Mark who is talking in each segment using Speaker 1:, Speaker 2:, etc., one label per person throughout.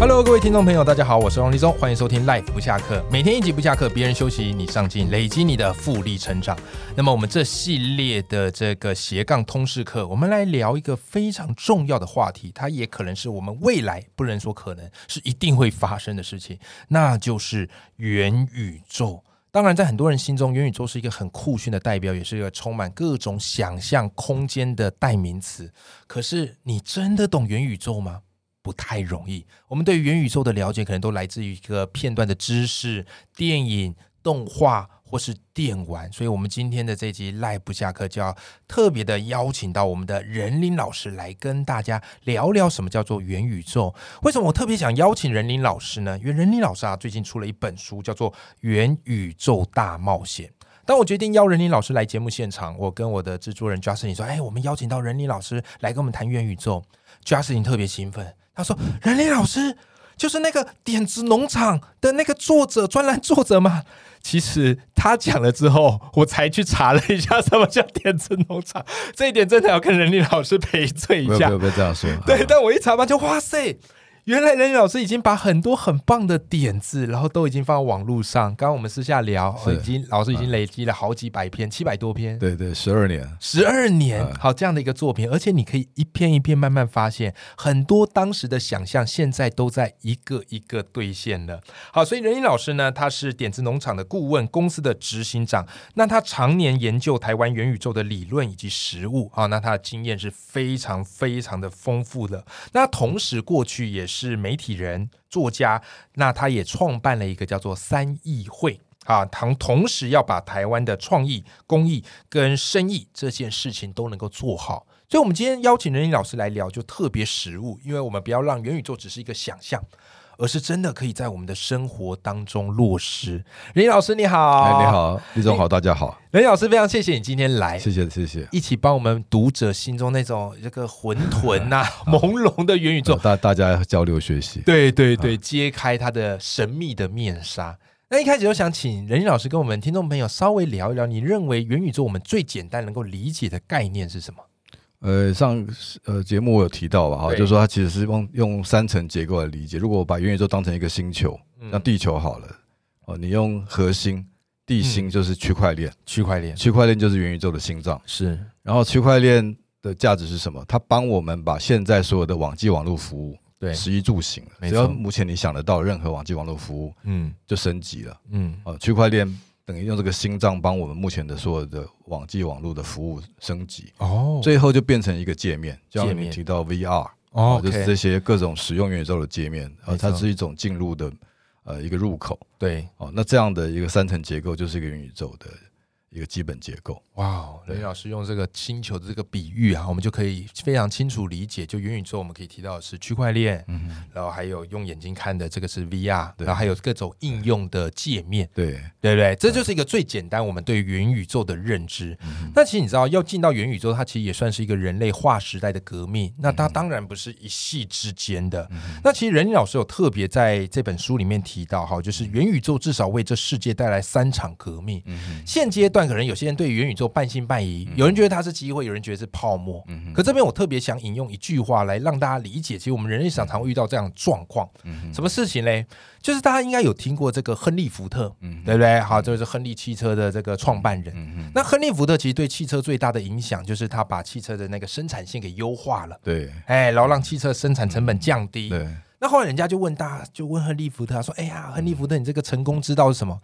Speaker 1: Hello，各位听众朋友，大家好，我是王立中，欢迎收听 Life 不下课，每天一集不下课，别人休息，你上进，累积你的复利成长。那么我们这系列的这个斜杠通识课，我们来聊一个非常重要的话题，它也可能是我们未来不能说可能是一定会发生的事情，那就是元宇宙。当然，在很多人心中，元宇宙是一个很酷炫的代表，也是一个充满各种想象空间的代名词。可是，你真的懂元宇宙吗？不太容易。我们对于元宇宙的了解，可能都来自于一个片段的知识、电影、动画或是电玩。所以，我们今天的这集赖不下课，就要特别的邀请到我们的任林老师来跟大家聊聊什么叫做元宇宙。为什么我特别想邀请任林老师呢？因为任林老师啊，最近出了一本书，叫做《元宇宙大冒险》。当我决定邀任林老师来节目现场，我跟我的制作人 Justin 说：“哎，我们邀请到任林老师来跟我们谈元宇宙。” Justin 特别兴奋，他说：“任林老师就是那个《点子农场》的那个作者，专栏作者嘛。”其实他讲了之后，我才去查了一下什么叫《点子农场》，这一点真的要跟任林老师赔罪一
Speaker 2: 不要
Speaker 1: 下
Speaker 2: 不。要不要这样说。
Speaker 1: 对，
Speaker 2: 好吧
Speaker 1: 但我一查发现，哇塞，原来任老师已经把很多很棒的点子，然后都已经放到网络上。刚刚我们私下聊，哦
Speaker 2: 是嗯
Speaker 1: 已经老师已经累积了好几百篇，七百多篇。
Speaker 2: 对对，十二年，
Speaker 1: 十二年
Speaker 2: 嗯，
Speaker 1: 好这样的一个作品，而且你可以一篇一篇慢慢发现，很多当时的想象，现在都在一个一个兑现了。好，所以任英老师呢，他是点子农场的顾问公司的执行长，那他常年研究台湾元宇宙的理论以及实务啊，那他的经验是非常非常的丰富的。那同时过去也是媒体人、作家，那他也创办了一个叫做三议会。啊，同同时要把台湾的创意、公益跟生意这件事情都能够做好。所以，我们今天邀请任英老师来聊，就特别实务，因为我们不要让元宇宙只是一个想象，而是真的可以在我们的生活当中落实。任英老师，你好，
Speaker 2: 哎，你，好，李总好，大家好，
Speaker 1: 任英老师，非常谢谢你今天来。
Speaker 2: 谢谢谢谢，
Speaker 1: 一起帮我们读者心中那种这个混沌 呐、
Speaker 2: 啊
Speaker 1: 朦胧的元宇宙
Speaker 2: 呃，大大家交流学习。
Speaker 1: 对对对，揭开他的神秘的面纱。那一开始就想请任毅老师跟我们听众朋友稍微聊一聊，你认为元宇宙我们最简单能够理解的概念是什么？
Speaker 2: 呃，上呃节目我有提到吧，哈，
Speaker 1: 对
Speaker 2: 就是说它其实是用用三层结构来理解。如果我把元宇宙当成一个星球，
Speaker 1: 嗯
Speaker 2: 像地球好了，哦，你用核心，地
Speaker 1: 嗯
Speaker 2: 心就是区块链，
Speaker 1: 区块链
Speaker 2: 区块链就是元宇宙的心脏。
Speaker 1: 是
Speaker 2: 然后区块链的价值是什么？它帮我们把现在所有的网际网络服务，
Speaker 1: 对
Speaker 2: 食衣住行，
Speaker 1: 没
Speaker 2: 只
Speaker 1: 错
Speaker 2: 要目前你想得到任何网际网络服务，
Speaker 1: 嗯
Speaker 2: 就升级了。
Speaker 1: 嗯
Speaker 2: 呃，区块链等于用这个心脏帮我们目前的所有的网际网络的服务升级，
Speaker 1: 哦
Speaker 2: 最后就变成一个界面，就
Speaker 1: 界
Speaker 2: 像
Speaker 1: 面
Speaker 2: 你提到 VR，
Speaker 1: 哦
Speaker 2: 呃就是这些各种使用元宇宙的界面，
Speaker 1: 没
Speaker 2: 呃，它
Speaker 1: 错
Speaker 2: 是一种进入的呃一个入口
Speaker 1: 对
Speaker 2: 哦、那这样的一个三层结构就是一个元宇宙的一个基本结构。
Speaker 1: 哇，任毅老师用这个星球的这个比喻啊，我们就可以非常清楚理解。就元宇宙，我们可以提到的是区块链，
Speaker 2: 嗯，
Speaker 1: 然后还有用眼睛看的这个是 VR，
Speaker 2: 对
Speaker 1: 然后还有各种应用的界面。
Speaker 2: 对，
Speaker 1: 对不对？这就是一个最简单我们对元宇宙的认知。那其实你知道，要进到元宇宙，它其实也算是一个人类划时代的革命。那它当然不是一夕之间的。那其实任老师有特别在这本书里面提到，哈，就是元宇宙至少为这世界带来三场革命。现阶段可能有些人对元宇宙半信半疑，有人觉得它是机会，有人觉得是泡沫。可这边我特别想引用一句话来让大家理解，其实我们人类常常会遇到这样的状况。什么事情嘞？就是大家应该有听过这个亨利·福特，对不对？好，这就是亨利汽车的这个创办人。那亨利·福特其实对汽车最大的影响，就是他把汽车的那个生产线给优化了，
Speaker 2: 对，
Speaker 1: 哎，然后让汽车生产成本降低。
Speaker 2: 嗯对，
Speaker 1: 那后来人家就问大，就问亨利·福特，他说：“哎呀，亨利·福特，你这个成功之道是什么？”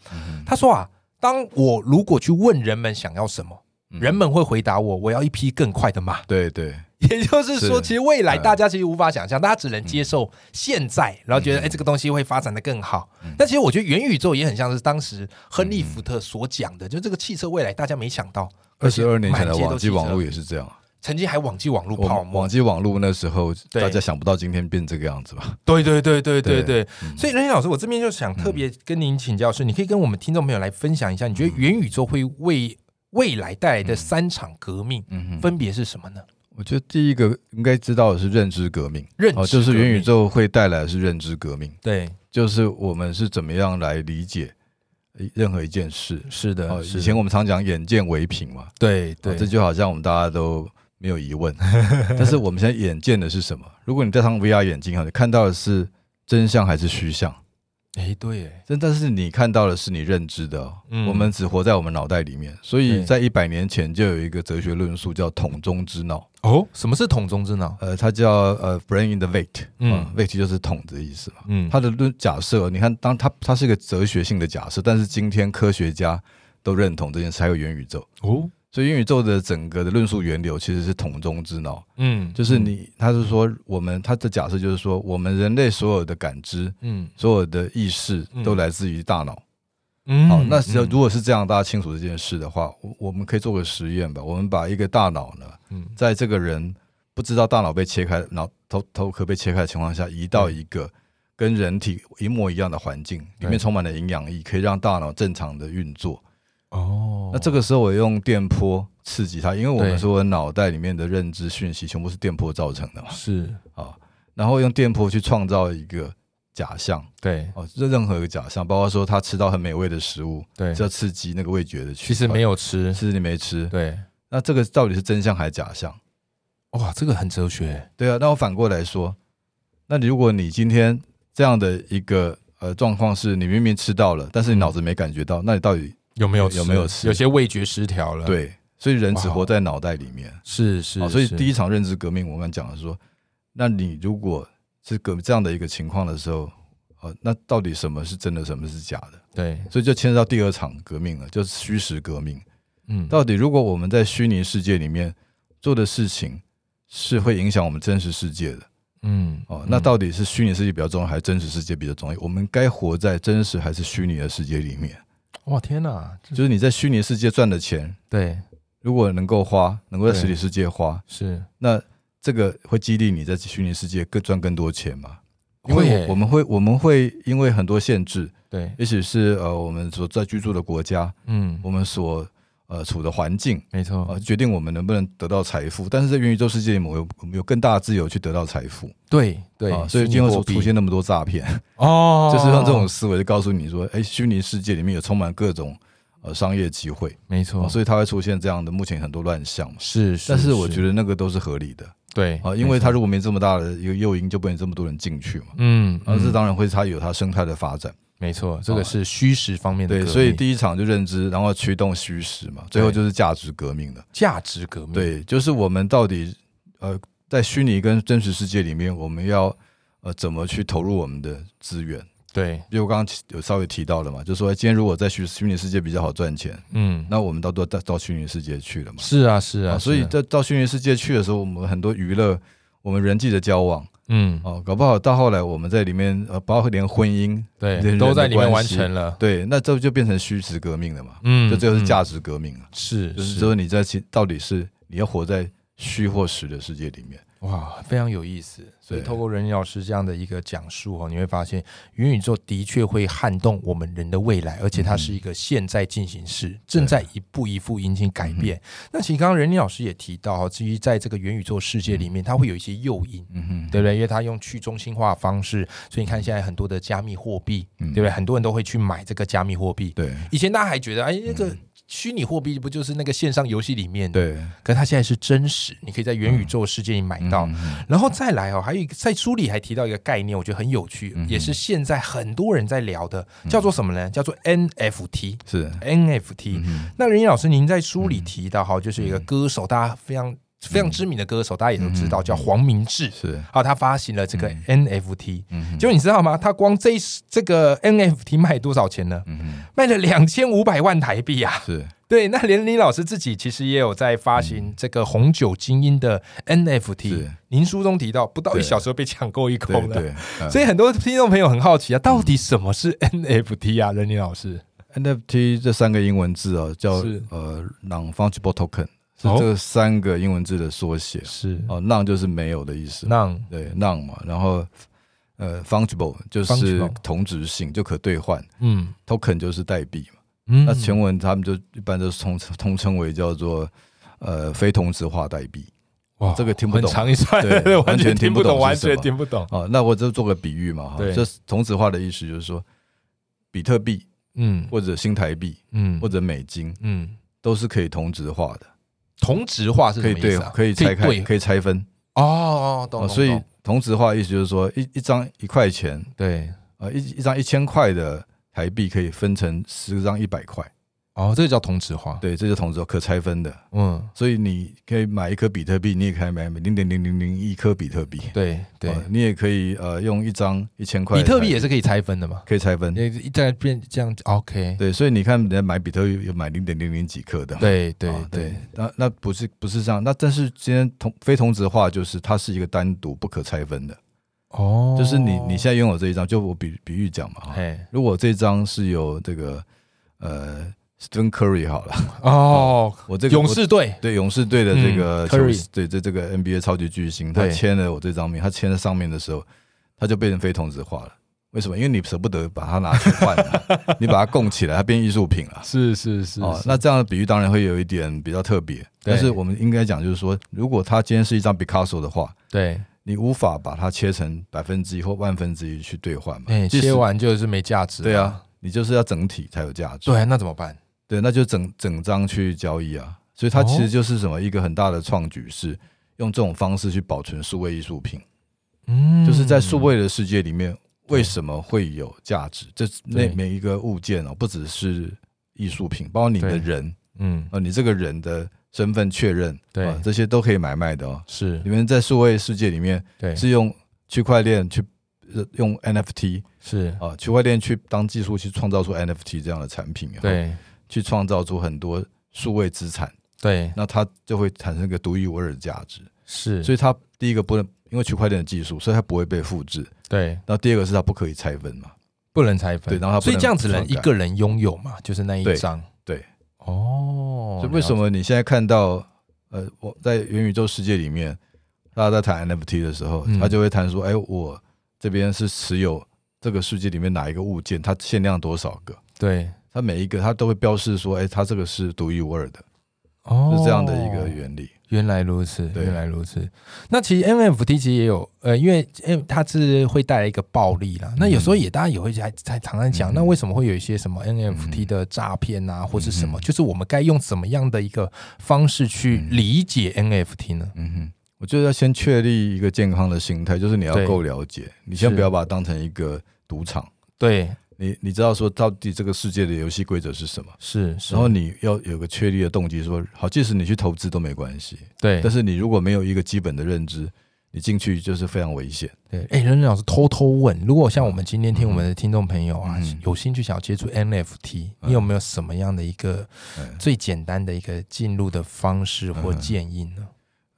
Speaker 1: 他说啊，当我如果去问人们想要什么。人们会回答我：“我要一匹更快的马。”
Speaker 2: 对，对，
Speaker 1: 也就是说，
Speaker 2: 是嗯
Speaker 1: 其实未来大家其实无法想象，大家只能接受现在，然后
Speaker 2: 嗯
Speaker 1: 觉得哎、诶这个东西会发展的更好。但其实我觉得元宇宙也很像是当时亨利·福特所讲的，就这个汽车未来大家没想到，
Speaker 2: 嗯二十二年前的
Speaker 1: 而且满街
Speaker 2: 网
Speaker 1: 都
Speaker 2: 际网络
Speaker 1: 汽车，
Speaker 2: 也是这样。
Speaker 1: 曾经还网际网络
Speaker 2: 我
Speaker 1: 泡
Speaker 2: 们
Speaker 1: 沫
Speaker 2: 网，际网络那时候，
Speaker 1: 对
Speaker 2: 大家想不到今天变这个样子吧？
Speaker 1: 对对对对对
Speaker 2: 对嗯
Speaker 1: 对。所以任老师，我这边就想特别跟您请教是，你可以跟我们听众朋友来分享一下，你
Speaker 2: 嗯
Speaker 1: 觉得元宇宙会为未来带来的三场革命
Speaker 2: 嗯哼
Speaker 1: 分别是什么呢？
Speaker 2: 我觉得第一个应该知道的是认知革命，
Speaker 1: 认知
Speaker 2: 哦，就是
Speaker 1: 革
Speaker 2: 元宇
Speaker 1: 命
Speaker 2: 宙会带来的是认知革命，
Speaker 1: 对，
Speaker 2: 就是我们是怎么样来理解呃任何一件事。
Speaker 1: 是的，
Speaker 2: 哦，
Speaker 1: 嗯是
Speaker 2: 以
Speaker 1: 的
Speaker 2: 前我哦们常讲眼见为凭嘛，
Speaker 1: 对
Speaker 2: 对，
Speaker 1: 对
Speaker 2: 这就好像我们大家都没有疑问，但是我们现在眼见的是什么？如果你戴上 VR 眼镜哈，你看到的是真相还是虚像？
Speaker 1: 哎对耶，
Speaker 2: 但但是你看到的是你认知的、哦，
Speaker 1: 嗯
Speaker 2: 我们只活在我们脑袋里面，所以
Speaker 1: 对
Speaker 2: 在一百年前就有一个哲学论述叫桶中之脑，
Speaker 1: 哦，什么是桶中之脑？
Speaker 2: 呃，它叫呃 brain in the weight，
Speaker 1: 嗯
Speaker 2: 嗯，weight 就是桶的意思嘛。
Speaker 1: 嗯，
Speaker 2: 它的论假设，你看，当它它是一个哲学性的假设，但是今天科学家都认同这件事，还有元宇宙，
Speaker 1: 哦，
Speaker 2: 所以元宇宙的整个的论述源流其实是桶中之脑，
Speaker 1: 嗯，
Speaker 2: 就是你，他是说我们他的假设就是说，我们人类所有的感知、
Speaker 1: 嗯，
Speaker 2: 所有的意识都来自于大脑。
Speaker 1: 嗯
Speaker 2: 好，那只要
Speaker 1: 嗯
Speaker 2: 如果是这样，大家清楚这件事的话，我我们可以做个实验吧。我们把一个大脑呢，
Speaker 1: 嗯
Speaker 2: 在这个人不知道大脑被切开、脑头头壳被切开的情况下，移到一个跟人体一模一样的环境，里
Speaker 1: 对
Speaker 2: 面充满了营养液，可以让大脑正常的运作。
Speaker 1: 哦，
Speaker 2: 那这个时候我用电波刺激它，因为我
Speaker 1: 对
Speaker 2: 们说脑袋里面的认知讯息全部是电波造成的嘛。
Speaker 1: 是
Speaker 2: 啊，然后用电波去创造一个假象
Speaker 1: 对
Speaker 2: 哦，这任何一个假象，包括说他吃到很美味的食物，
Speaker 1: 对
Speaker 2: 这，要刺激那个味觉的区，
Speaker 1: 其实没
Speaker 2: 有，
Speaker 1: 有吃，
Speaker 2: 是你没吃。
Speaker 1: 对，
Speaker 2: 那这个到底是真相还是假象？
Speaker 1: 哇，这个很哲学，
Speaker 2: 对啊，那我反过来说，那你如果你今天这样的一个呃状况是你明明吃到了，但
Speaker 1: 嗯
Speaker 2: 是你脑子没感觉到，那你到底
Speaker 1: 有没有
Speaker 2: 有没有吃
Speaker 1: 有些味觉失调了，，
Speaker 2: 对？所以人只
Speaker 1: 哇
Speaker 2: 活在脑袋里面。哦
Speaker 1: 是是
Speaker 2: 好，，所以
Speaker 1: 是
Speaker 2: 第一场认知革命，我们讲的说，那你如果是个这样的一个情况的时候，呃，那到底什么是真的，什么是假的？
Speaker 1: 对，
Speaker 2: 所以就牵涉到第二场革命了，就是虚实革命。
Speaker 1: 嗯，
Speaker 2: 到底如果我们在虚拟世界里面做的事情是会影响我们真实世界的
Speaker 1: 嗯
Speaker 2: 哦，那
Speaker 1: 嗯
Speaker 2: 到底是虚拟世界比较重要，还是真实世界比较重要？我们该活在真实还是虚拟的世界里面？
Speaker 1: 哇天哪，这
Speaker 2: 就是你在虚拟世界赚的钱，
Speaker 1: 对
Speaker 2: 如果能够花，能够在
Speaker 1: 对
Speaker 2: 实体世界花，
Speaker 1: 是
Speaker 2: 那这个会激励你在虚拟世界更赚更多钱嘛？因
Speaker 1: 会
Speaker 2: 为
Speaker 1: 耶
Speaker 2: 我我们会我们会因为很多限制，
Speaker 1: 对，
Speaker 2: 也许是呃我们所在居住的国家，
Speaker 1: 嗯，
Speaker 2: 我们所呃处的环境
Speaker 1: 没错，
Speaker 2: 呃，决定我们能不能得到财富。但是在元宇宙世界里面，我有我们有更大的自由去得到财富
Speaker 1: 对对
Speaker 2: 啊，，所以
Speaker 1: 虚拟
Speaker 2: 今后
Speaker 1: 货
Speaker 2: 所
Speaker 1: 币
Speaker 2: 出现那么多诈骗，
Speaker 1: 哦，
Speaker 2: 就是用这种思维就告诉你说，哎，虚拟世界里面有充满各种呃商业机会，
Speaker 1: 没
Speaker 2: 啊
Speaker 1: 错，
Speaker 2: 所以它会出现这样的目前很多乱象嘛。
Speaker 1: 哦是，
Speaker 2: 但是我觉得那个都是合理的。
Speaker 1: 对
Speaker 2: 啊，因为
Speaker 1: 它
Speaker 2: 它如果没这么大的一个诱因，就不能这么多人进去嘛。
Speaker 1: 嗯，
Speaker 2: 然后啊这
Speaker 1: 嗯
Speaker 2: 当然会它有它生态的发展，
Speaker 1: 没错，这个
Speaker 2: 哦
Speaker 1: 是虚实方面的
Speaker 2: 对，
Speaker 1: 革
Speaker 2: 所以
Speaker 1: 命
Speaker 2: 第一场就认知，然后驱动虚实嘛，最后就是价值革命了。
Speaker 1: 价值革命，
Speaker 2: 对，就是我们到底呃在虚拟跟真实世界里面，我们要呃怎么去投入我们的资源？
Speaker 1: 对，
Speaker 2: 因为我刚刚有稍微提到了嘛，就说哎今天如果在虚虚拟世界比较好赚钱，
Speaker 1: 嗯，
Speaker 2: 那我们到都到到虚拟世界去了嘛。
Speaker 1: 是啊是啊，
Speaker 2: 哦所以
Speaker 1: 是啊
Speaker 2: 在到虚拟世界去的时候，我们很多娱乐，我们人际的交往。
Speaker 1: 嗯，
Speaker 2: 哦，搞不好到后来我们在里面，呃，包括连婚姻，
Speaker 1: 对，
Speaker 2: 人
Speaker 1: 都
Speaker 2: 人
Speaker 1: 在
Speaker 2: 的
Speaker 1: 里面
Speaker 2: 关
Speaker 1: 完
Speaker 2: 系
Speaker 1: 成了，
Speaker 2: 对，那这就变成虚实革命了嘛？
Speaker 1: 嗯，
Speaker 2: 就这就是
Speaker 1: 嗯
Speaker 2: 价值革命了，
Speaker 1: 是
Speaker 2: 就是说你在其到底是你要活在虚或实的世界里面，
Speaker 1: 哇，非常有意思。所以
Speaker 2: 对
Speaker 1: 透过任老师这样的一个讲述哦，你会发现元宇宙的确会撼动我们人的未来，而且它是一个现在进行
Speaker 2: 嗯
Speaker 1: 式，正在一步一步引起改变。那其实刚刚任老师也提到哈，至于在这个元宇宙世界里面，它会有一些诱因。
Speaker 2: 嗯哼，
Speaker 1: 对不对？因为它用去中心化的方式，所以你看现在很多的加密货币，
Speaker 2: 嗯
Speaker 1: 对不对？很多人都会去买这个加密货币。
Speaker 2: 对
Speaker 1: 以前大家还觉得，哎，那个虚拟货币不就是那个线上游戏里面的？
Speaker 2: 嗯对，
Speaker 1: 可是它现在是真实，你可以在元宇宙世界里买到。
Speaker 2: 嗯哼
Speaker 1: 然后再来哦，还有一个在书里还提到一个概念，我觉得很有趣，
Speaker 2: 嗯
Speaker 1: 也是现在很多人在聊的，叫做什么呢？叫做 NFT。
Speaker 2: 是，
Speaker 1: NFT，、
Speaker 2: 嗯嗯哼嗯
Speaker 1: 那任老师，您在书里提到哈，就是有一个歌手，大家非常非常知名的歌手，大家也都知道，
Speaker 2: 嗯
Speaker 1: 叫黄明志。
Speaker 2: 是，
Speaker 1: 好，啊他发行了这个 NFT，、
Speaker 2: 嗯哼
Speaker 1: 结果你知道吗？他光这一这个 NFT 卖多少钱呢？
Speaker 2: 嗯哼，
Speaker 1: 卖了两千五百万台币啊！
Speaker 2: 是，
Speaker 1: 对，那连林老师自己其实也有在发行这个红酒精英的 NFT，
Speaker 2: 是
Speaker 1: 您书中提到，不到一
Speaker 2: 对
Speaker 1: 小时就被抢购一
Speaker 2: 对
Speaker 1: 空了。
Speaker 2: 对，呃
Speaker 1: 所以很多听众朋友很好奇啊，到底什么是 NFT 啊？任林老师，
Speaker 2: NFT 这三个英文字哦，叫
Speaker 1: 是
Speaker 2: 呃 non-fungible token，是
Speaker 1: 哦
Speaker 2: 这三个英文字的缩写
Speaker 1: 是
Speaker 2: 哦，non 就是没有的意思，
Speaker 1: 那
Speaker 2: 对 non 嘛，然后呃 fungible 就是
Speaker 1: fungible
Speaker 2: 同质性，就可兑换
Speaker 1: 嗯
Speaker 2: ，token 就是代币嘛。
Speaker 1: 嗯，
Speaker 2: 那全文他们就一般都是通通称为叫做呃非同质化代币。
Speaker 1: 哇
Speaker 2: 这个听不懂
Speaker 1: 很长一串，
Speaker 2: 对
Speaker 1: 完
Speaker 2: 完
Speaker 1: 全
Speaker 2: 全
Speaker 1: 听
Speaker 2: 听
Speaker 1: 不
Speaker 2: 不
Speaker 1: 懂，
Speaker 2: 懂
Speaker 1: 完
Speaker 2: 是什么
Speaker 1: 全听不懂。
Speaker 2: 啊，那我就做个比喻嘛，哈，
Speaker 1: 对
Speaker 2: 就是童子化的意思就是说，比特币
Speaker 1: 嗯
Speaker 2: 或者新台币
Speaker 1: 嗯
Speaker 2: 或者美金
Speaker 1: 嗯，
Speaker 2: 都是可以同质化的，
Speaker 1: 同质化是
Speaker 2: 可
Speaker 1: 什
Speaker 2: 以
Speaker 1: 么意
Speaker 2: 对
Speaker 1: 思啊？，
Speaker 2: 可以拆开，
Speaker 1: 对
Speaker 2: 可以拆分
Speaker 1: 哦，懂
Speaker 2: 啊。
Speaker 1: 懂
Speaker 2: 所以
Speaker 1: 懂
Speaker 2: 同质化的意思就是说，一一张一块钱
Speaker 1: 对
Speaker 2: 啊，一一张一千块的台币可以分成十张一百块，
Speaker 1: 哦，这个叫同质化。
Speaker 2: 对，这就同质化可拆分的。
Speaker 1: 嗯，
Speaker 2: 所以你可以买一颗比特币，你也可以买零点零零零一颗比特币，
Speaker 1: 对对
Speaker 2: 啊，你也可以呃用一张一千块
Speaker 1: 比
Speaker 2: 的台，
Speaker 1: 特币也是可以拆分的嘛？
Speaker 2: 可以拆分。
Speaker 1: 那一再变这样，OK？
Speaker 2: 对，所以你看，人家买比特币有买零点零零几克的嘛，
Speaker 1: 对对
Speaker 2: 啊
Speaker 1: 对，
Speaker 2: 那那不是不是这样，那但是今天同非同质化就是它是一个单独不可拆分的，
Speaker 1: 哦，
Speaker 2: 就是你你现在拥有这一张，就我比比喻讲嘛，哈
Speaker 1: 哎
Speaker 2: 如果这张是由这个呃 Stephen Curry 好了，
Speaker 1: 哦，
Speaker 2: 我这个
Speaker 1: 勇
Speaker 2: 我
Speaker 1: 士队
Speaker 2: 对勇士队的这个
Speaker 1: 嗯
Speaker 2: 球、
Speaker 1: Curry
Speaker 2: 对这这个 NBA 超级巨星，他
Speaker 1: 对
Speaker 2: 签了我这张名，他签了上面的时候，他就变成非同质化了。为什么？因为你舍不得把它拿去 换、啊，你把它供起来，它变艺术品了。
Speaker 1: 是是是
Speaker 2: 哦，那这样的比喻当然会有一点比较特别，但是我们应该讲就是说，如果它今天是一张 Picasso 的画，
Speaker 1: 对，
Speaker 2: 你无法把它切成百分之一或万分之一去兑换嘛？
Speaker 1: 哎，
Speaker 2: 即使
Speaker 1: 切完就是没价值。
Speaker 2: 对啊，，你就是要整体才有价值。
Speaker 1: 对，那怎么办？
Speaker 2: 对，那就整整张去交易啊。所以它其
Speaker 1: 哦
Speaker 2: 实就是什么一个很大的创举是。用这种方式去保存数位艺术品，
Speaker 1: 嗯
Speaker 2: 就是在数位的世界里面，为什么会有价值？这那
Speaker 1: 对
Speaker 2: 每一个物件哦，不只是艺术品，包括你的
Speaker 1: 对
Speaker 2: 人，
Speaker 1: 嗯
Speaker 2: 啊，你这个人的身份确认，
Speaker 1: 对
Speaker 2: 啊这些都可以买卖的哦。
Speaker 1: 是
Speaker 2: 你，们在数位世界里面
Speaker 1: 对
Speaker 2: 是用区块链去呃用 NFT
Speaker 1: 是，
Speaker 2: 啊，区块链去当技术去创造出 NFT 这样的产品，，
Speaker 1: 对
Speaker 2: 去创造出很多数位资产，
Speaker 1: 对
Speaker 2: 那它就会产生一个独一无二的价值。
Speaker 1: 是，
Speaker 2: 所
Speaker 1: 以
Speaker 2: 以它第一个不能因为区块链的技术，所以它不会被复制。
Speaker 1: 对
Speaker 2: 然后第二个是它不可以拆分嘛，
Speaker 1: 不能拆分，
Speaker 2: 对然后它不
Speaker 1: 所以
Speaker 2: 能
Speaker 1: 这样子人
Speaker 2: 篡
Speaker 1: 一
Speaker 2: 改
Speaker 1: 个人拥有嘛，就是那一
Speaker 2: 对
Speaker 1: 张。
Speaker 2: 对，
Speaker 1: 哦，
Speaker 2: 所以为
Speaker 1: 么？
Speaker 2: 什么你现在看到呃，我在元宇宙世界里面，大家在谈 NFT 的时候
Speaker 1: 嗯，
Speaker 2: 他就会谈说，哎，我这边是持有这个世界里面哪一个物件，它限量多少个，
Speaker 1: 对，
Speaker 2: 它每一个它都会标示说，哎，它这个是独一无二的，
Speaker 1: 哦，
Speaker 2: 是这样的一个原理。
Speaker 1: 原来如此，
Speaker 2: 对
Speaker 1: 原来如此。那其实 NFT 其实也有，呃，因为因为它是会带来一个暴利啦。那有时候也大家也会在在常常讲，
Speaker 2: 嗯
Speaker 1: 那为什么会有一些什么 NFT 的诈骗啊，或是什
Speaker 2: 嗯
Speaker 1: 么？就是我们该用怎么样的一个方式去理解 NFT 呢？
Speaker 2: 嗯哼，我觉得要先确立一个健康的心态，就是你要
Speaker 1: 对
Speaker 2: 够了解，你先
Speaker 1: 是
Speaker 2: 不要把它当成一个赌场，
Speaker 1: 对，
Speaker 2: 你你知道说到底这个世界的游戏规则是什么。
Speaker 1: 是，是
Speaker 2: 然后你要有个确立的动机说好，即使你去投资都没关系，
Speaker 1: 对
Speaker 2: 但是你如果没有一个基本的认知，你进去就是非常危险。
Speaker 1: 对，哎、任任老师偷偷问，如果像我们今天听我们的听众朋友啊，
Speaker 2: 嗯
Speaker 1: 有兴趣想要接触 NFT，、
Speaker 2: 嗯
Speaker 1: 你有没有什么样的一个
Speaker 2: 嗯
Speaker 1: 最简单的一个进入的方式或
Speaker 2: 嗯
Speaker 1: 建议 呢？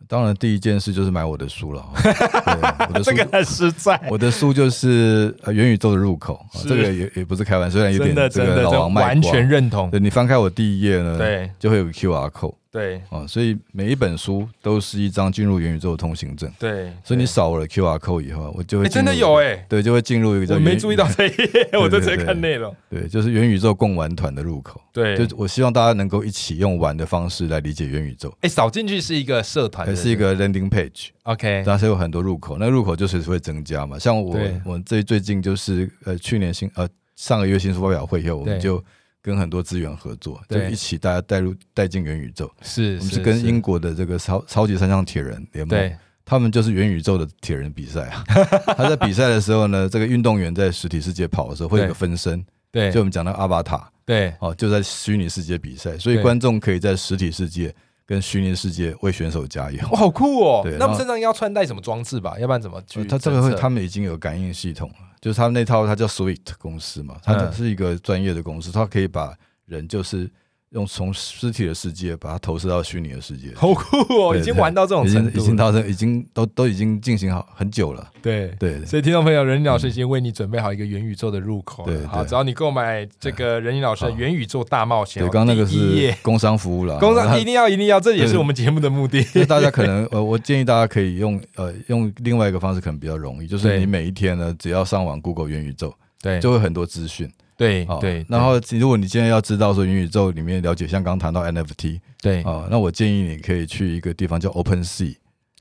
Speaker 2: 当然，第一件事就是买我的书了 哦。对我的书，
Speaker 1: 很实在
Speaker 2: 我的书就是呃元宇宙的入口，哦
Speaker 1: 是
Speaker 2: 这个也也不是开玩笑，虽然有
Speaker 1: 真
Speaker 2: 点
Speaker 1: 的
Speaker 2: 这
Speaker 1: 真的
Speaker 2: 个老
Speaker 1: 真的
Speaker 2: 王卖瓜
Speaker 1: 完全。认同。
Speaker 2: 对你嗯翻开我第一页呢，，
Speaker 1: 对
Speaker 2: 就会有个 QR code
Speaker 1: 对
Speaker 2: 啊、哦所以每一本书都是一张进入元宇宙的通行证。
Speaker 1: 对，
Speaker 2: 所以你
Speaker 1: 对
Speaker 2: 扫我的 QR code 以后，我就会
Speaker 1: 哎真的
Speaker 2: 进入
Speaker 1: 有哎、
Speaker 2: 对，就会进入一个叫
Speaker 1: 我
Speaker 2: 元
Speaker 1: 没
Speaker 2: 宇
Speaker 1: 注意到，这一页，我都直接
Speaker 2: 对对
Speaker 1: 看内容。
Speaker 2: 对，就是元宇宙共玩团的入口。
Speaker 1: 对，
Speaker 2: 就我希望大家能够一起用玩的方式来理解元宇宙，
Speaker 1: 哎，扫进去是一个社团
Speaker 2: 还
Speaker 1: 的，
Speaker 2: 是一个 landing page，
Speaker 1: OK，
Speaker 2: 但是有很多入口，那入口就随时会增加嘛。像我
Speaker 1: 对
Speaker 2: 我最最近就是呃去年新呃上个月新书发表会以后，我
Speaker 1: 对
Speaker 2: 们就跟很多资源合作，就
Speaker 1: 对
Speaker 2: 一起大家带入带进元宇宙。
Speaker 1: 是
Speaker 2: 我们是跟
Speaker 1: 是
Speaker 2: 英国的这个超超级三项铁人联盟，
Speaker 1: 对
Speaker 2: 他们就是元宇宙的铁人比赛啊。 他在比赛的时候呢，这个运动员在实体世界跑的时候会有
Speaker 1: 对
Speaker 2: 个分身，
Speaker 1: 对
Speaker 2: 就我们讲到阿巴塔，
Speaker 1: 对
Speaker 2: 哦，就在虚拟世界比赛，所以
Speaker 1: 对
Speaker 2: 观众可以在实体世界跟虚拟世界为选 手加油。
Speaker 1: 哇，好酷哦！
Speaker 2: 对
Speaker 1: 那么
Speaker 2: 然后
Speaker 1: 身上应该要穿戴什么装置吧？要不然怎么去
Speaker 2: 呃
Speaker 1: 侦测？
Speaker 2: 他这个会，他们已经有感应系统了，就是他们那套，它叫 Sweet 公司嘛，它
Speaker 1: 嗯
Speaker 2: 是一个专业的公司，它可以把人就是用从实体的世界把它投射到虚拟的世界，
Speaker 1: 好酷哦！
Speaker 2: 对
Speaker 1: 已经玩到这种
Speaker 2: 已
Speaker 1: 程
Speaker 2: 经
Speaker 1: 度了，
Speaker 2: 已经到这，已经都都已经进行好很久了。
Speaker 1: 对。
Speaker 2: 对，
Speaker 1: 所以，听众朋友，任老师已经为你准备好一个元宇宙的入口
Speaker 2: 对
Speaker 1: 了。
Speaker 2: 对
Speaker 1: 好，只要你购买这个任老师的《元宇宙大冒险
Speaker 2: 对，》，刚刚那个
Speaker 1: 第一
Speaker 2: 是啊
Speaker 1: 页
Speaker 2: 工商服务了，
Speaker 1: 工
Speaker 2: 那
Speaker 1: 商一定要一定要，这也是我们节目的目的。
Speaker 2: 就是大家可能 呃，我建议大家可以用呃用另外一个方式，可能比较容易，就是
Speaker 1: 对
Speaker 2: 你每一天呢，只要上网 Google 元宇宙，
Speaker 1: 对
Speaker 2: 就会很多资讯。
Speaker 1: 对
Speaker 2: 啊
Speaker 1: 对，
Speaker 2: 然后如果你今天要知道说元宇宙里面了解，像刚刚谈到 NFT
Speaker 1: 对
Speaker 2: 啊，那我建议你可以去一个地方叫 OpenSea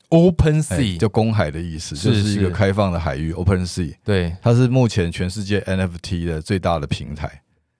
Speaker 1: Open
Speaker 2: 哎
Speaker 1: Sea，
Speaker 2: 叫公海的意思，
Speaker 1: 是
Speaker 2: 就是一
Speaker 1: 是
Speaker 2: 个开放的海域 （Open Sea）。
Speaker 1: 对
Speaker 2: 它是目前全世界 NFT 的最大的平台。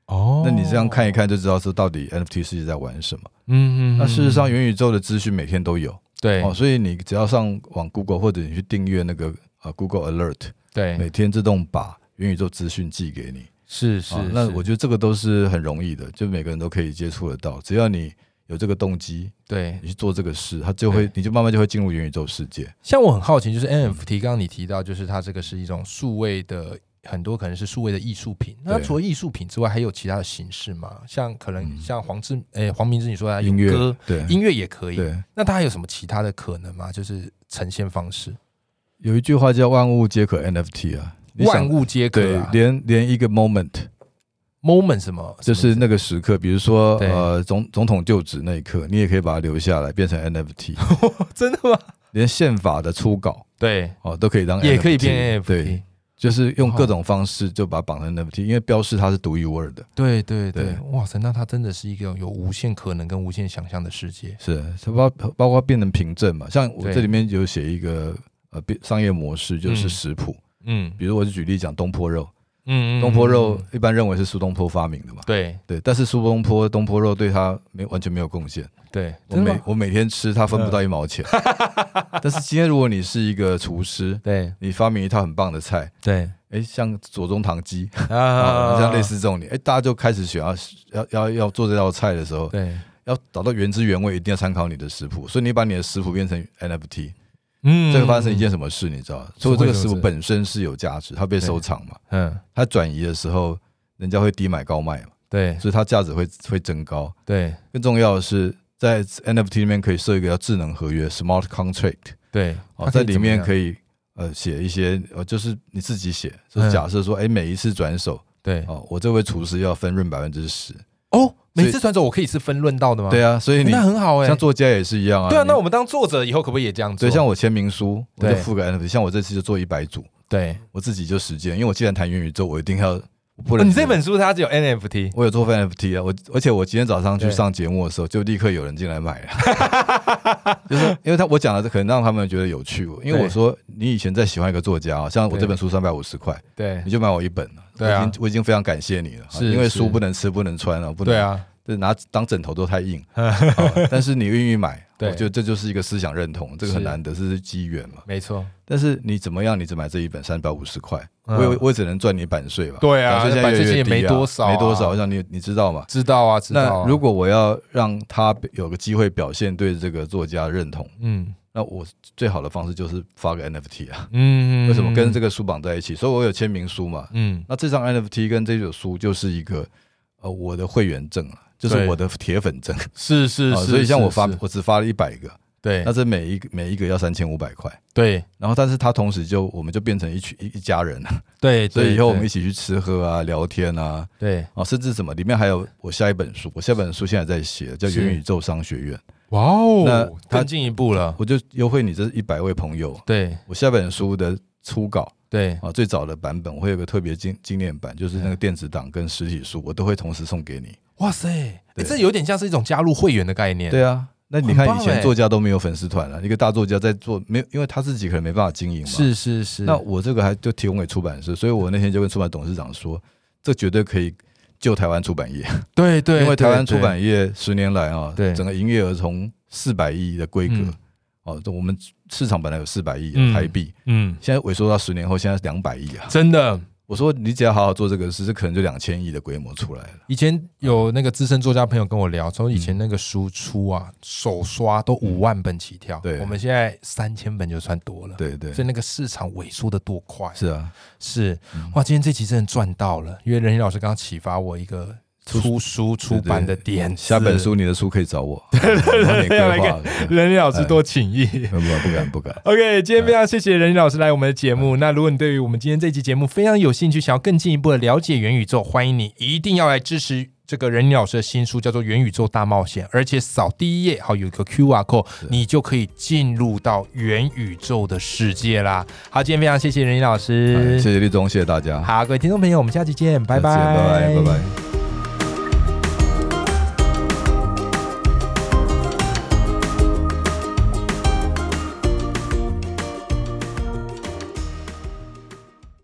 Speaker 1: 哦
Speaker 2: 那你这样看一，看就知道说到底 NFT 是在玩什么。
Speaker 1: 嗯嗯，
Speaker 2: 那事实上，
Speaker 1: 嗯
Speaker 2: 元宇宙的资讯每天都有
Speaker 1: 对
Speaker 2: 哦，所以你只要上网 Google 或者你去订阅那个呃 Google Alert，
Speaker 1: 对
Speaker 2: 每天自动把元宇宙资讯寄给你。
Speaker 1: 是是
Speaker 2: 啊，那
Speaker 1: 是
Speaker 2: 我觉得这个都是很容易的，就每个人都可以接触得到，只要你有这个动机，
Speaker 1: 对，
Speaker 2: 你去做这个事，它就会，你就慢慢就会进入元宇宙世界。
Speaker 1: 像我很好奇，就是 NFT，刚刚你提到，就是它这个是一种数位的，很多可能是数位的艺术品。那
Speaker 2: 对
Speaker 1: 除了艺术品之外，还有其他的形式吗？像可能
Speaker 2: 嗯
Speaker 1: 像黄志，诶、黄明志，你说他有
Speaker 2: 音乐
Speaker 1: 歌，
Speaker 2: 对
Speaker 1: 音乐也可以。
Speaker 2: 对，
Speaker 1: 那它还有什么其他的可能吗？就是呈现方式，
Speaker 2: 有一句话叫“万物皆可 NFT” 啊，你想
Speaker 1: 万物皆可、
Speaker 2: 对
Speaker 1: 啊。，
Speaker 2: 连连一个 moment
Speaker 1: moment 什么？
Speaker 2: 就是那个时刻，比如说
Speaker 1: 对
Speaker 2: 呃总总统就职那一刻，你也可以把它留下来变成 NFT，
Speaker 1: 真的吗？
Speaker 2: 连宪法的初稿
Speaker 1: 对，
Speaker 2: 哦都可以当 NFT,
Speaker 1: 也可以变 NFT。
Speaker 2: 对，就是用各种方式就把它绑成 NFT，因为标示它是独一无二的。
Speaker 1: 对对对
Speaker 2: 对
Speaker 1: 哇塞，那它真的是一个有无限可能跟无限想象的世界。
Speaker 2: 是，它包包括变成凭证嘛，像我
Speaker 1: 对
Speaker 2: 这里面有写一个呃变商业模式，就
Speaker 1: 嗯
Speaker 2: 是食谱。
Speaker 1: 嗯
Speaker 2: 比如我就举例讲东坡肉，
Speaker 1: 嗯
Speaker 2: 东坡肉一般认为是苏东坡发明的嘛，
Speaker 1: 对
Speaker 2: 对，但是苏东坡东坡肉对他没完全没有贡献，
Speaker 1: 对，
Speaker 2: 我
Speaker 1: 真的
Speaker 2: 每
Speaker 1: 吗
Speaker 2: 我每天吃它分不到一毛钱， 但是今天如果你是一个厨师，
Speaker 1: 对
Speaker 2: 你发明一套很棒的菜，
Speaker 1: 对
Speaker 2: 哎，像左宗棠鸡
Speaker 1: 啊
Speaker 2: 啊， 像类似这种，你哎大家就开始想要要要要做这道菜的时候，
Speaker 1: 对，
Speaker 2: 要找到原汁原味，一定要参考你的食谱，所以你把你的食谱变成 NFT，
Speaker 1: 嗯
Speaker 2: 这个发生一件什么事，你知道？所以这个食
Speaker 1: 什么
Speaker 2: 谱
Speaker 1: 事
Speaker 2: 本身是有价值，它被收藏嘛，
Speaker 1: 嗯，
Speaker 2: 它转移的时候，人家会低买高卖嘛，
Speaker 1: 对
Speaker 2: 所以它价值会会增高。
Speaker 1: 对
Speaker 2: 更重要的是，在 NFT 里面可以设一个叫智能合约 （smart contract），
Speaker 1: 对，
Speaker 2: 哦，在里面
Speaker 1: 以
Speaker 2: 可以呃写一些呃，就是你自己写，就
Speaker 1: 嗯哎
Speaker 2: 是假设说，哎，每一次转手
Speaker 1: 对
Speaker 2: 哦，我这位厨师要分润百分之十，
Speaker 1: 哦，每次传走我可以是分论到的吗？
Speaker 2: 对
Speaker 1: 啊，
Speaker 2: 啊，所以你
Speaker 1: 那很好哎
Speaker 2: 像，作家也是一样啊，
Speaker 1: 对啊，
Speaker 2: 你
Speaker 1: 那我们当作者以后可不可以也这样
Speaker 2: 所
Speaker 1: 做？
Speaker 2: 以像我签名书，我就
Speaker 1: 对
Speaker 2: 附个 NFT，像我这次就做一百组，
Speaker 1: 对，
Speaker 2: 我自己就实践，因为我既然谈元宇宙，我一定要我不
Speaker 1: 哦
Speaker 2: 能、
Speaker 1: 你这本书它只有 NFT，
Speaker 2: 我有做 NFT 啊，我而且我今天早上去
Speaker 1: 对
Speaker 2: 上节目的时候，就立刻有人进来买了， 就是因为他我讲的可能让他们觉得有趣，哦因为
Speaker 1: 对
Speaker 2: 我说你以前在喜欢一个作家啊，像我
Speaker 1: 对
Speaker 2: 这本书三百五十块，
Speaker 1: 对
Speaker 2: 你就买我一本了，
Speaker 1: 对啊
Speaker 2: 我已经我已经非常感谢你了，
Speaker 1: 是
Speaker 2: 因为
Speaker 1: 是
Speaker 2: 书不能吃不能穿啊，不能
Speaker 1: 对，啊，
Speaker 2: 这拿当枕头都 太硬，啊但是你愿意买，哦
Speaker 1: 对
Speaker 2: 我觉得这就是一个思想认同，这个很
Speaker 1: 是
Speaker 2: 难得，这是机缘嘛。
Speaker 1: 没错，
Speaker 2: 但是你怎么样？你只买这一本三百五十块，
Speaker 1: 嗯
Speaker 2: 我也我也只能赚你版税吧？
Speaker 1: 对啊
Speaker 2: 版税现在越来
Speaker 1: 版税
Speaker 2: 越低
Speaker 1: 其实也没多少啊
Speaker 2: 没多少。我想你你知道吗？
Speaker 1: 知道啊，知道
Speaker 2: 那
Speaker 1: 啊。
Speaker 2: 如果我要让他有个机会表现对这个作家认同，
Speaker 1: 嗯
Speaker 2: 那我最好的方式就是发个 NFT 啊。
Speaker 1: 嗯，
Speaker 2: 为什么跟这
Speaker 1: 个
Speaker 2: 个书绑在一起？所以我有签名书嘛。
Speaker 1: 嗯
Speaker 2: 那这张 NFT 跟这本书就是一个呃我的会员证啊，就
Speaker 1: 对
Speaker 2: 是我的铁粉证。
Speaker 1: 是是
Speaker 2: 啊
Speaker 1: 是，
Speaker 2: 所以像我
Speaker 1: 是
Speaker 2: 发
Speaker 1: 是
Speaker 2: 我只发了一百个，
Speaker 1: 对
Speaker 2: 那这每一个每一个要三千五百块。
Speaker 1: 对
Speaker 2: 然后，但是他同时就我们就变成一群一一家人了，啊
Speaker 1: 对，
Speaker 2: 所以以后我们
Speaker 1: 对
Speaker 2: 一起去吃喝啊、聊天啊，
Speaker 1: 对
Speaker 2: 啊，甚至什么里面还有我下一本书，我下本书现在在写，叫《
Speaker 1: 是
Speaker 2: 元宇宙商学院》，
Speaker 1: 哇哦
Speaker 2: 那，他
Speaker 1: 更进一步了，
Speaker 2: 我就优惠你这一百位朋友，
Speaker 1: 对
Speaker 2: 我下本书的初稿
Speaker 1: 对
Speaker 2: 啊，最早的版本我会有个特别纪纪念版，就是那个电子档跟实体书，我都会同时送给你。
Speaker 1: 哇塞，欸
Speaker 2: 对
Speaker 1: 这有点像是一种加入会员的概念。
Speaker 2: 对啊。那你
Speaker 1: 很
Speaker 2: 看，
Speaker 1: 棒
Speaker 2: 以前
Speaker 1: 欸
Speaker 2: 作家都没有粉丝团了、啊一个大作家在做，没有，因为他自己可能没办法经营嘛。
Speaker 1: 是是是，
Speaker 2: 那我这个还就提供给出版社，所以我那天就跟出版董事长说，这绝对可以救台湾出版业，
Speaker 1: 对 对，
Speaker 2: 因为台湾
Speaker 1: 对
Speaker 2: 出版业十年来啊，
Speaker 1: 对
Speaker 2: 整个营业额从四百亿的规格
Speaker 1: 嗯，
Speaker 2: 哦，我们市场本来有四百亿
Speaker 1: 嗯
Speaker 2: 台币，
Speaker 1: 嗯，
Speaker 2: 现在萎缩到十年后，现在两百亿啊。
Speaker 1: 真的，
Speaker 2: 我说你只要好好做这个事，这可能就两千亿的规模出来了。
Speaker 1: 以前有那个资深作家朋友跟我聊，从以前那个书出啊，手刷都五万本起跳，
Speaker 2: 嗯对
Speaker 1: 我们现在三千本就算多了，，
Speaker 2: 对对，
Speaker 1: 所以那个市场萎缩的多快，
Speaker 2: 是啊，
Speaker 1: 是哇，今天这集真的赚到了，因为任贤老师刚刚启发我一个出书出版的点子，
Speaker 2: 下本书你的书可以 找我，帮你规
Speaker 1: 要来
Speaker 2: 划。
Speaker 1: 任贤老师多请益。
Speaker 2: 不不敢不敢，
Speaker 1: OK，今天非常谢谢任宇老师来我们的节目。那如果你对于我们今天这期节目非常有兴趣，想要更进一步的了解元宇宙，欢迎你一定要来支持这个任宇老师的新书，叫做《元宇宙大冒险》，而且扫第一页，好有一个 QR code，你就可以进入到元宇宙的世界啦。好，今天非常谢谢任宇老
Speaker 2: 哎
Speaker 1: 师。
Speaker 2: 谢谢立中，谢谢大家，
Speaker 1: 好，各位听众朋友，我们下期见，拜
Speaker 2: 再见
Speaker 1: 拜，
Speaker 2: 拜拜，拜拜。